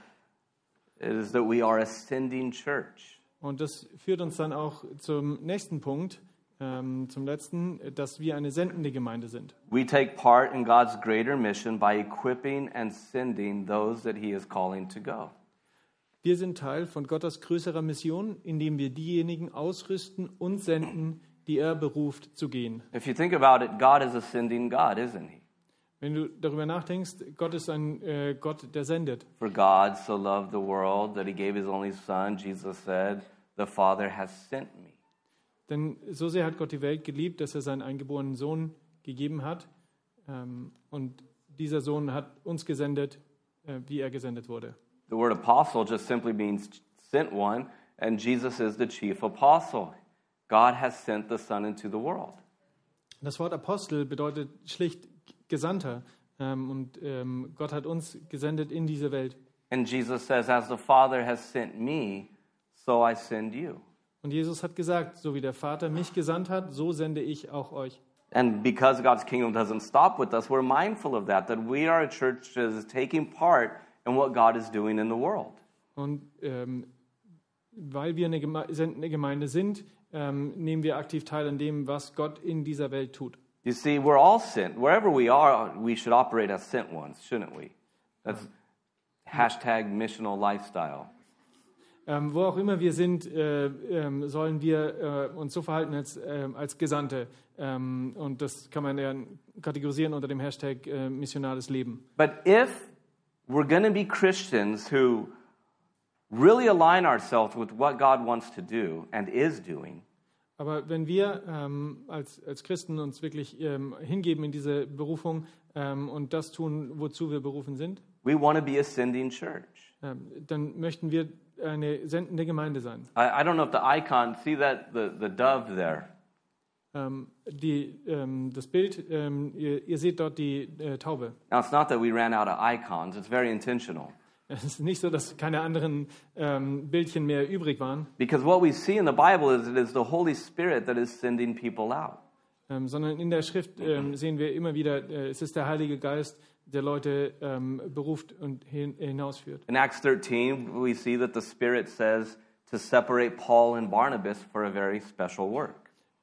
is that we are ascending church.
Und das führt uns dann auch zum nächsten Punkt, ähm, zum letzten, dass wir eine sendende Gemeinde sind.
We take part in God's greater mission by equipping and sending those that He is calling to go.
Wir sind Teil von Gottes größerer Mission, indem wir diejenigen ausrüsten und senden, die er beruft zu gehen.
If you think about it, God is ascending God, isn't He?
Wenn du darüber nachdenkst, Gott ist ein äh, Gott, der sendet.
For God so loved the world that He gave His only Son, Jesus said, The Father has sent me.
Denn so sehr hat Gott die Welt geliebt, dass er seinen eingeborenen Sohn gegeben hat. Ähm, und dieser Sohn hat uns gesendet, äh, wie er gesendet wurde.
The word apostle just simply means sent one, and Jesus is the chief apostle. God has sent the Son into the world.
Das Wort Apostel bedeutet schlicht Gesandter. Ähm, und ähm, Gott hat uns gesendet in diese Welt.
And Jesus says, As the Father has sent me, so I send you.
Und Jesus hat gesagt, so wie der Vater mich gesandt hat, so sende ich auch euch.
And because God's kingdom doesn't stop with us, we're mindful of that, that we are a church that is taking part in what God is doing in the world.
Und ähm, weil wir eine Geme sendende Gemeinde sind, ähm, nehmen wir aktiv teil an dem, was Gott in dieser Welt tut.
You see, we're all sent. Wherever we are, we should operate as sent ones, shouldn't we? That's hashtag missional lifestyle.
Ähm, wo auch immer wir sind, äh, ähm, sollen wir äh, uns so verhalten als, ähm, als Gesandte. Ähm, und das kann man ja kategorisieren unter dem Hashtag äh, missionales Leben.
But if we're going to be Christians who really align ourselves with what God wants to do and is doing,
Aber wenn wir ähm, als, als Christen uns wirklich ähm, hingeben in diese Berufung ähm, und das tun, wozu wir berufen sind,
we want to be a sending church.
ähm, dann möchten wir eine sendende Gemeinde sein.
I, I don't know if the icon, see that, the, the dove there.
Ähm, die, ähm, das Bild, ähm, ihr, ihr seht dort die äh, Taube.
Now, it's not that we ran out of icons, it's very intentional.
Es ist nicht so, dass keine anderen ähm, Bildchen mehr übrig waren,
Because what we see in the Bible is it is the Holy Spirit that is sending people out.
ähm, sondern in der Schrift ähm, sehen wir immer wieder, äh, es ist der Heilige Geist, der Leute ähm, beruft und hin, hinausführt.
In Acts 13, we see that the Spirit says to separate Paul and Barnabas for a very special work.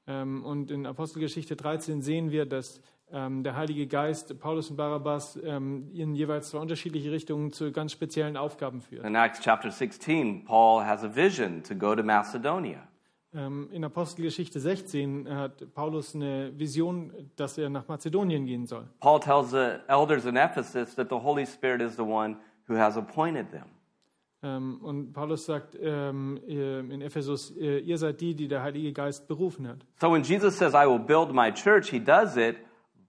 Ähm, und in Apostelgeschichte 13 sehen wir, dass ähm, der Heilige Geist Paulus und Barabbas ähm, in jeweils zwei unterschiedliche Richtungen zu ganz speziellen Aufgaben führt.
In Acts chapter 16, Paul has a vision to go to Macedonia.
Ähm, in Apostelgeschichte 16 hat Paulus eine Vision, dass er nach Mazedonien gehen soll.
Paul tells the elders in Ephesus that the Holy Spirit is the one who has appointed them.
Ähm, und Paulus sagt ähm, äh, in Ephesus, äh, ihr seid die, die der Heilige Geist berufen hat.
So when Jesus says, I will build my church, he does it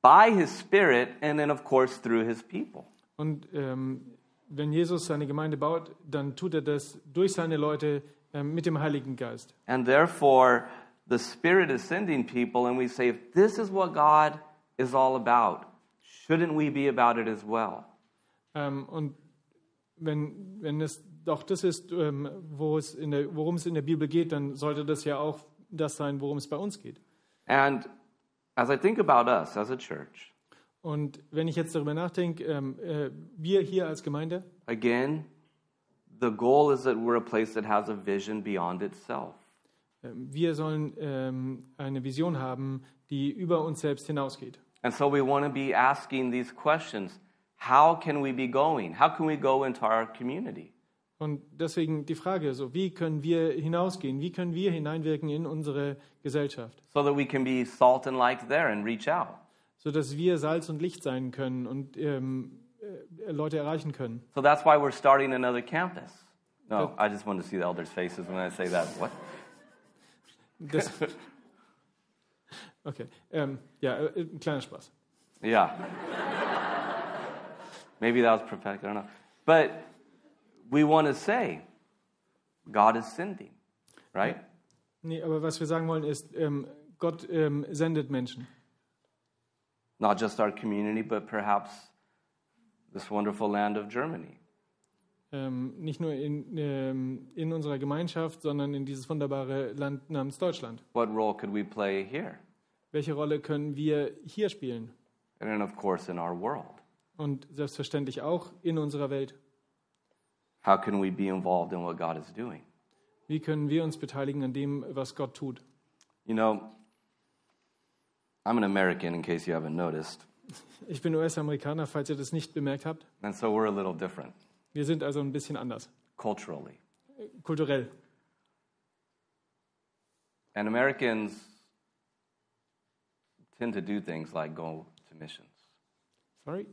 by his spirit and then, of course, through his people.
Und ähm, wenn Jesus seine Gemeinde baut, dann tut er das durch seine Leute ähm, mit dem Heiligen Geist.
And therefore, the spirit is sending people, and we say, if this is what God is all about, shouldn't we be about it as well?
Ähm, und wenn, wenn es doch das ist, ähm, wo es in der, worum es in der Bibel geht, dann sollte das ja auch das sein, worum es bei uns geht.
And as I think about us as a church,
Und wenn ich jetzt darüber nachdenke, ähm, äh, wir hier als Gemeinde,
again, the goal is that we're a place that has a vision beyond itself.
ähm, wir sollen ähm, eine Vision haben, die über uns selbst hinausgeht.
And so we want to be asking these questions How can we be going? How can we go into our community?
Und deswegen die Frage, so wie können wir hinausgehen, wie können wir hineinwirken in unsere Gesellschaft,
So that we can be salt and light there and reach out.
sodass wir Salz und Licht sein können und ähm, äh, Leute erreichen können.
So that's why we're starting another campus. No, I just wanted to see the elders' faces when I say that. What?
Das okay, ähm, ja, äh, ein kleiner Spaß.
Yeah. Maybe that was prophetic, I don't know. But we want to say, God is sending, right?
Nee, aber was wir sagen wollen ist, ähm, Gott ähm, sendet Menschen.
Not just our community, but perhaps this wonderful land of Germany.
Ähm, nicht nur in, ähm, in unserer Gemeinschaft, sondern in dieses wunderbare Land namens Deutschland.
What role could we play here?
Welche Rolle können wir hier spielen?
And then, of course, in our world.
Und selbstverständlich auch in unserer Welt.
How can we be involved in what God is doing?
Wie können wir uns beteiligen an dem, was Gott tut?
You know, I'm an American, in case you haven't noticed,
Ich bin US-Amerikaner, falls ihr das nicht bemerkt habt.
and so we're a little different
Wir sind also ein bisschen anders,
culturally.
kulturell.
And Americans tend to do things like go to missions.
Sorry.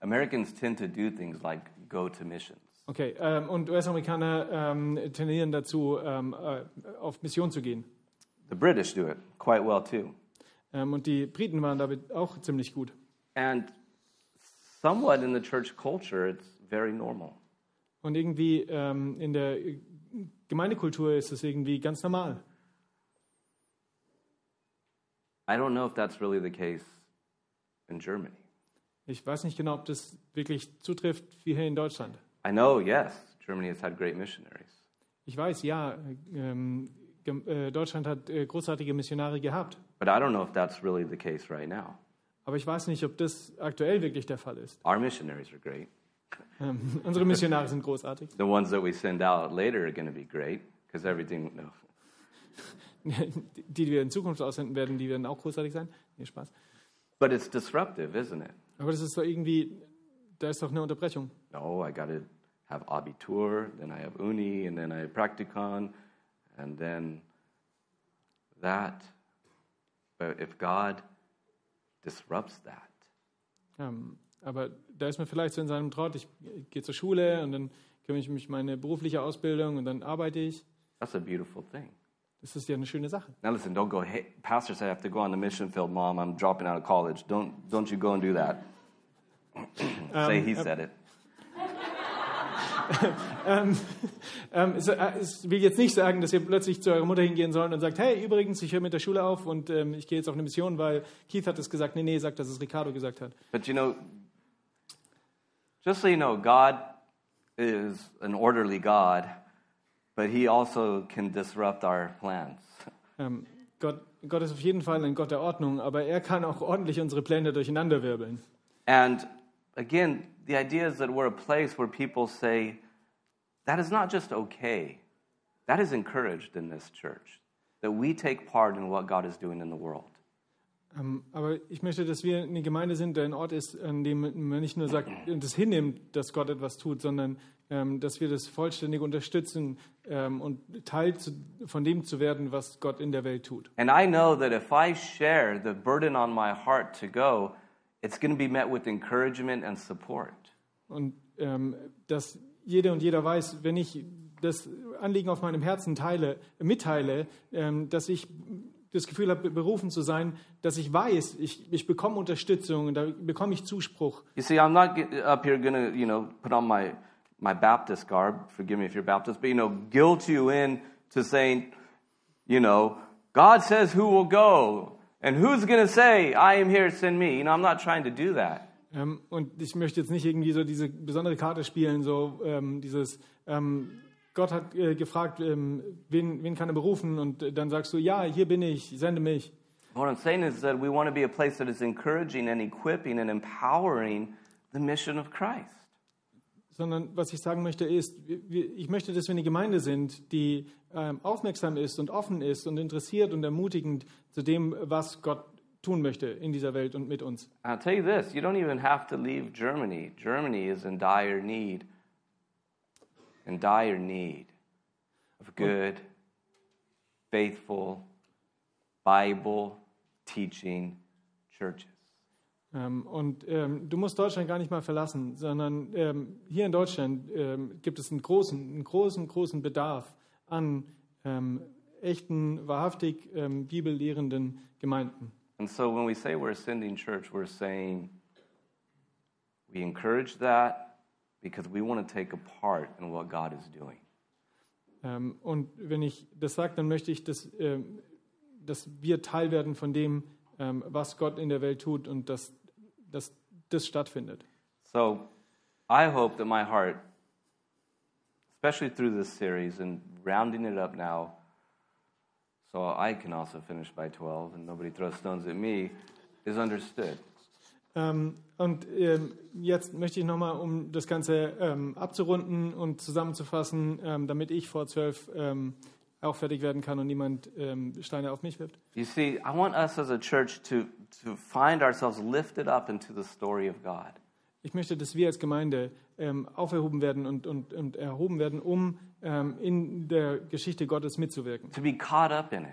Americans tend to do things like go to missions.
Okay, ähm, und US-Amerikaner ähm, tendieren dazu, ähm, äh, auf Mission zu gehen.
The British do it quite well too.
Ähm, und die Briten waren damit auch ziemlich gut.
And somewhat in the church culture, it's very normal.
Und irgendwie ähm, in der Gemeindekultur ist es irgendwie ganz normal.
I don't know if that's really the case in Germany.
Ich weiß nicht genau, ob das wirklich zutrifft wie hier in Deutschland.
I know, yes, Germany has had great missionaries,
Ich weiß, ja, ähm, Gem- äh, Deutschland hat äh, großartige Missionare gehabt.
but I don't know if that's really the case right now.
Aber ich weiß nicht, ob das aktuell wirklich der Fall ist.
Our missionaries are great.
Ähm, unsere Missionare sind großartig.
The ones that we send out later are going to be great because everything, no.
Die, die wir in Zukunft aussenden werden, die werden auch großartig sein. Nee, Spaß.
But it's disruptive, isn't it?
Aber das ist doch irgendwie, da ist doch eine Unterbrechung.
No, Oh, I got to have Abitur, then I have Uni, and then I have Practicon, and then that. But if God disrupts that,
Ähm, aber da ist man vielleicht so in seinem Trott, ich gehe zur Schule und dann kümmere ich mich um meine berufliche Ausbildung und dann arbeite ich.
that's a beautiful thing.
Das ist ja eine schöne Sache.
Now listen, don't go. Hey, pastor said I have to go on the mission field, mom. I'm dropping out of college. Don't don't you go and do that. Say he said it.
Ähm, es, äh, es will jetzt nicht sagen, dass ihr plötzlich zu eurer Mutter hingehen sollen und sagt, hey, übrigens, ich höre mit der Schule auf und ähm, ich gehe jetzt auf eine Mission, weil Keith hat es gesagt. Nee, nee, sagt, dass es Ricardo gesagt hat.
But you know, just so you know, God is an orderly God, but He also can disrupt our plans.
Ähm, Gott, Gott ist auf jeden Fall ein Gott der Ordnung, aber er kann auch ordentlich unsere Pläne durcheinanderwirbeln.
And again, the idea is that we're a place where people say, that is not just okay, that is encouraged in this church, that we take part in what God is doing in the world.
Ähm, aber ich möchte, dass wir eine Gemeinde sind, der ein Ort ist, an dem man nicht nur sagt, das hinnimmt, dass Gott etwas tut, sondern ähm, dass wir das vollständig unterstützen ähm, und Teil zu, von dem zu werden, was Gott in der Welt tut.
And I know that if I share the burden on my heart to go, it's going to be met with encouragement and support.
Und ähm, dass jede und jeder weiß, wenn ich das Anliegen auf meinem Herzen teile, mitteile, ähm, dass ich das Gefühl habe, berufen zu sein, dass ich weiß, ich, ich bekomme Unterstützung, da bekomme ich Zuspruch.
You see, I'm not get- up here going to, you know, put on my, my Baptist garb. Forgive me if you're Baptist, but, you know, guilt you in to saying, you know, God says who will go and who's going to say, I am here, send me. You know, I'm not trying to do that.
Ähm, und ich möchte jetzt nicht irgendwie so diese besondere Karte spielen, so ähm, dieses ähm, Gott hat äh, gefragt, ähm, wen, wen kann er berufen? Und äh, dann sagst du, ja, hier bin ich, sende mich.
What I'm saying is that we want to be a place that is encouraging and equipping and empowering the mission of Christ.
Sondern was ich sagen möchte ist, wir- wir- ich möchte, dass wir eine Gemeinde sind, die ähm, aufmerksam ist und offen ist und interessiert und ermutigend zu dem, was Gott tun möchte in dieser Welt und mit uns.
I'll tell you this you don't even have to leave Germany. Germany is in dire need, in dire need of good, faithful, Bible teaching churches.
Ähm, und ähm, du musst Deutschland gar nicht mal verlassen, sondern ähm, hier in Deutschland ähm, gibt es einen großen, einen großen, großen Bedarf an ähm, echten, wahrhaftig ähm, bibellehrenden Gemeinden.
And so when we say we're a sending church, we're saying we encourage that because we want to take a part in what God is doing.
Ähm, und wenn ich das sage, dann möchte ich, dass, ähm, dass wir Teil werden von dem, ähm, was Gott in der Welt tut und dass, dass das stattfindet.
So I hope that my heart, especially through this series and rounding it up now, so I can also finish by 12 and nobody throws stones at me, is understood.
Ähm, und ähm, jetzt möchte ich nochmal, um das Ganze ähm, abzurunden und zusammenzufassen, ähm, damit ich vor zwölf ähm, auch fertig werden kann und niemand ähm, Steine auf mich wirft.
You see, I want us as a church to, to find ourselves lifted up into the story of God.
Ich möchte, dass wir als Gemeinde ähm, auferhoben werden und, und, und erhoben werden, um ähm, in der Geschichte Gottes mitzuwirken.
to be caught up in it,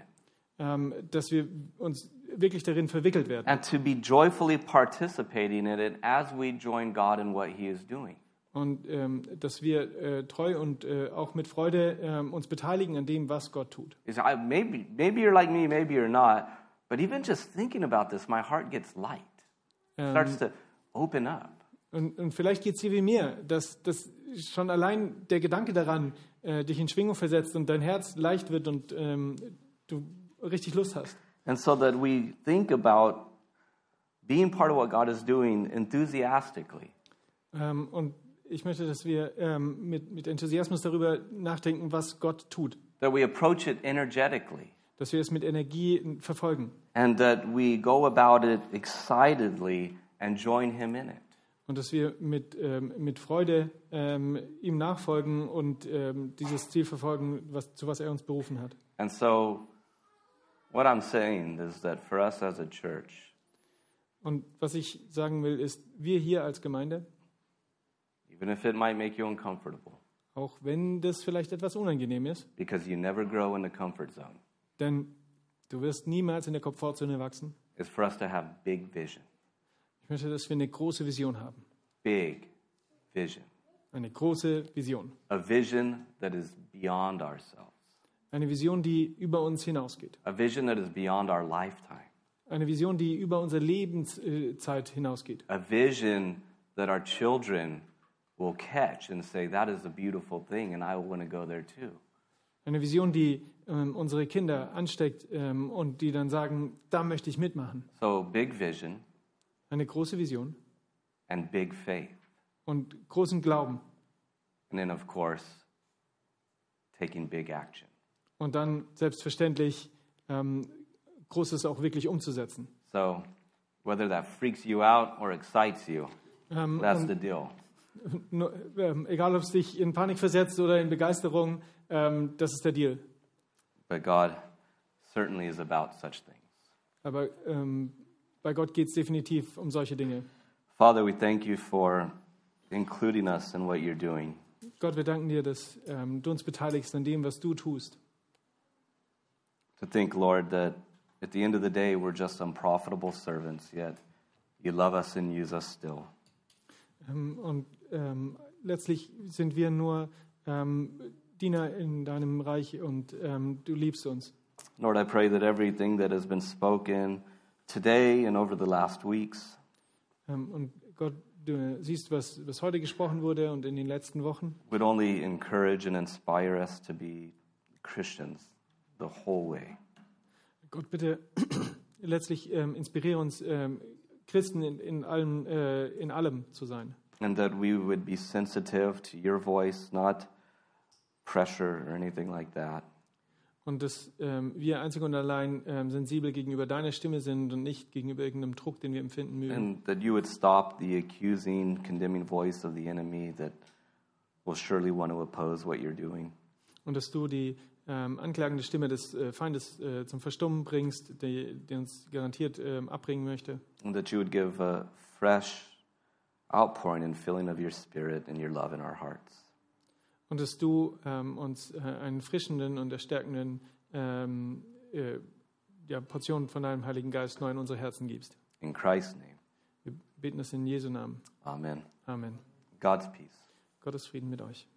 Ähm, dass wir uns wirklich darin verwickelt werden
and to be joyfully participating in it as we join God in what He is doing.
und ähm, dass wir äh, treu und äh, auch mit Freude ähm, uns beteiligen an dem, was Gott tut.
Is I, maybe, maybe you're like me, maybe you're not, but even just thinking about this, my heart gets light, It starts to open up.
Und, und vielleicht geht es dir wie mir, dass, dass schon allein der Gedanke daran äh, dich in Schwingung versetzt und dein Herz leicht wird und ähm, du richtig Lust hast.
And so that we think about being part of what God is doing enthusiastically.
Ähm, und ich möchte, dass wir ähm, mit, mit Enthusiasmus darüber nachdenken, was Gott tut.
That we approach it energetically
Dass wir es mit Energie verfolgen
and that we go about it excitedly and join Him in it.
und dass wir mit, ähm, mit Freude ähm, ihm nachfolgen und ähm, dieses Ziel verfolgen, was, zu was er uns berufen hat.
And so, what I'm saying is that for us as a church,
Und was ich sagen will, ist, wir hier als Gemeinde,
even if it might make you uncomfortable,
auch wenn das vielleicht etwas unangenehm ist,
because you never grow in the comfort zone,
Denn du wirst niemals in der Komfortzone wachsen.
is for us to have big vision.
Ich möchte, dass wir eine große Vision haben.
Big vision.
Eine große Vision.
A vision that is beyond ourselves,
Eine Vision, die über uns hinausgeht.
a vision that is beyond our lifetime,
Eine Vision, die über unsere Lebenszeit hinausgeht.
a vision that our children will catch and say, That is a beautiful thing, and I want to go there too.
Eine Vision, die ähm, unsere Kinder ansteckt ähm, und die dann sagen, da möchte ich mitmachen.
So, big vision
Eine große Vision
and big faith.
und großen Glauben
And then, of course, taking big action.
und dann selbstverständlich ähm, Großes auch wirklich umzusetzen.
So, whether that freaks you out or excites you,
Ähm,
that's the deal.
Nur, ähm, egal, ob es dich in Panik versetzt oder in Begeisterung, ähm, das ist der Deal.
But God certainly is about such things.
Aber ähm, bei Gott geht es definitiv um solche Dinge.
Father, we thank you for including us in what you're doing.
Gott, wir danken dir, dass ähm, du uns beteiligst an dem, was du tust.
To think, Lord, that at the end of the day, we're just unprofitable servants, yet you love us and use us still.
Ähm, und ähm, letztlich sind wir nur ähm, Diener in deinem Reich und ähm, du liebst uns.
Lord, I pray that everything that has been spoken today and over the last weeks
Ähm, und Gott, du siehst, was, was heute gesprochen wurde und in den letzten Wochen.
would only encourage and inspire us to be Christians the whole way.
Gott, bitte letztlich ähm, inspiriere uns, ähm, Christen in, in, allem, äh, in allem zu sein.
and that we would be sensitive to your voice, not pressure or anything like that.
Und dass ähm, wir einzig und allein ähm, sensibel gegenüber deiner Stimme sind und nicht gegenüber irgendeinem Druck, den wir empfinden mögen.
And that you would stop the accusing, condemning voice of the enemy that will surely want to oppose what you're doing.
Und dass du die ähm, anklagende Stimme des äh, Feindes äh, zum Verstummen bringst, die, die uns garantiert ähm, abbringen möchte.
And that you would give a fresh outpouring and filling of your spirit and your love in our hearts.
Und dass du ähm, uns äh, einen frischenden und erstärkenden ähm, äh, ja, Portion von deinem Heiligen Geist neu in unsere Herzen gibst.
In Christ's name,
Wir beten es in Jesu Namen.
amen.
Amen.
God's peace.
Gottes Frieden mit euch.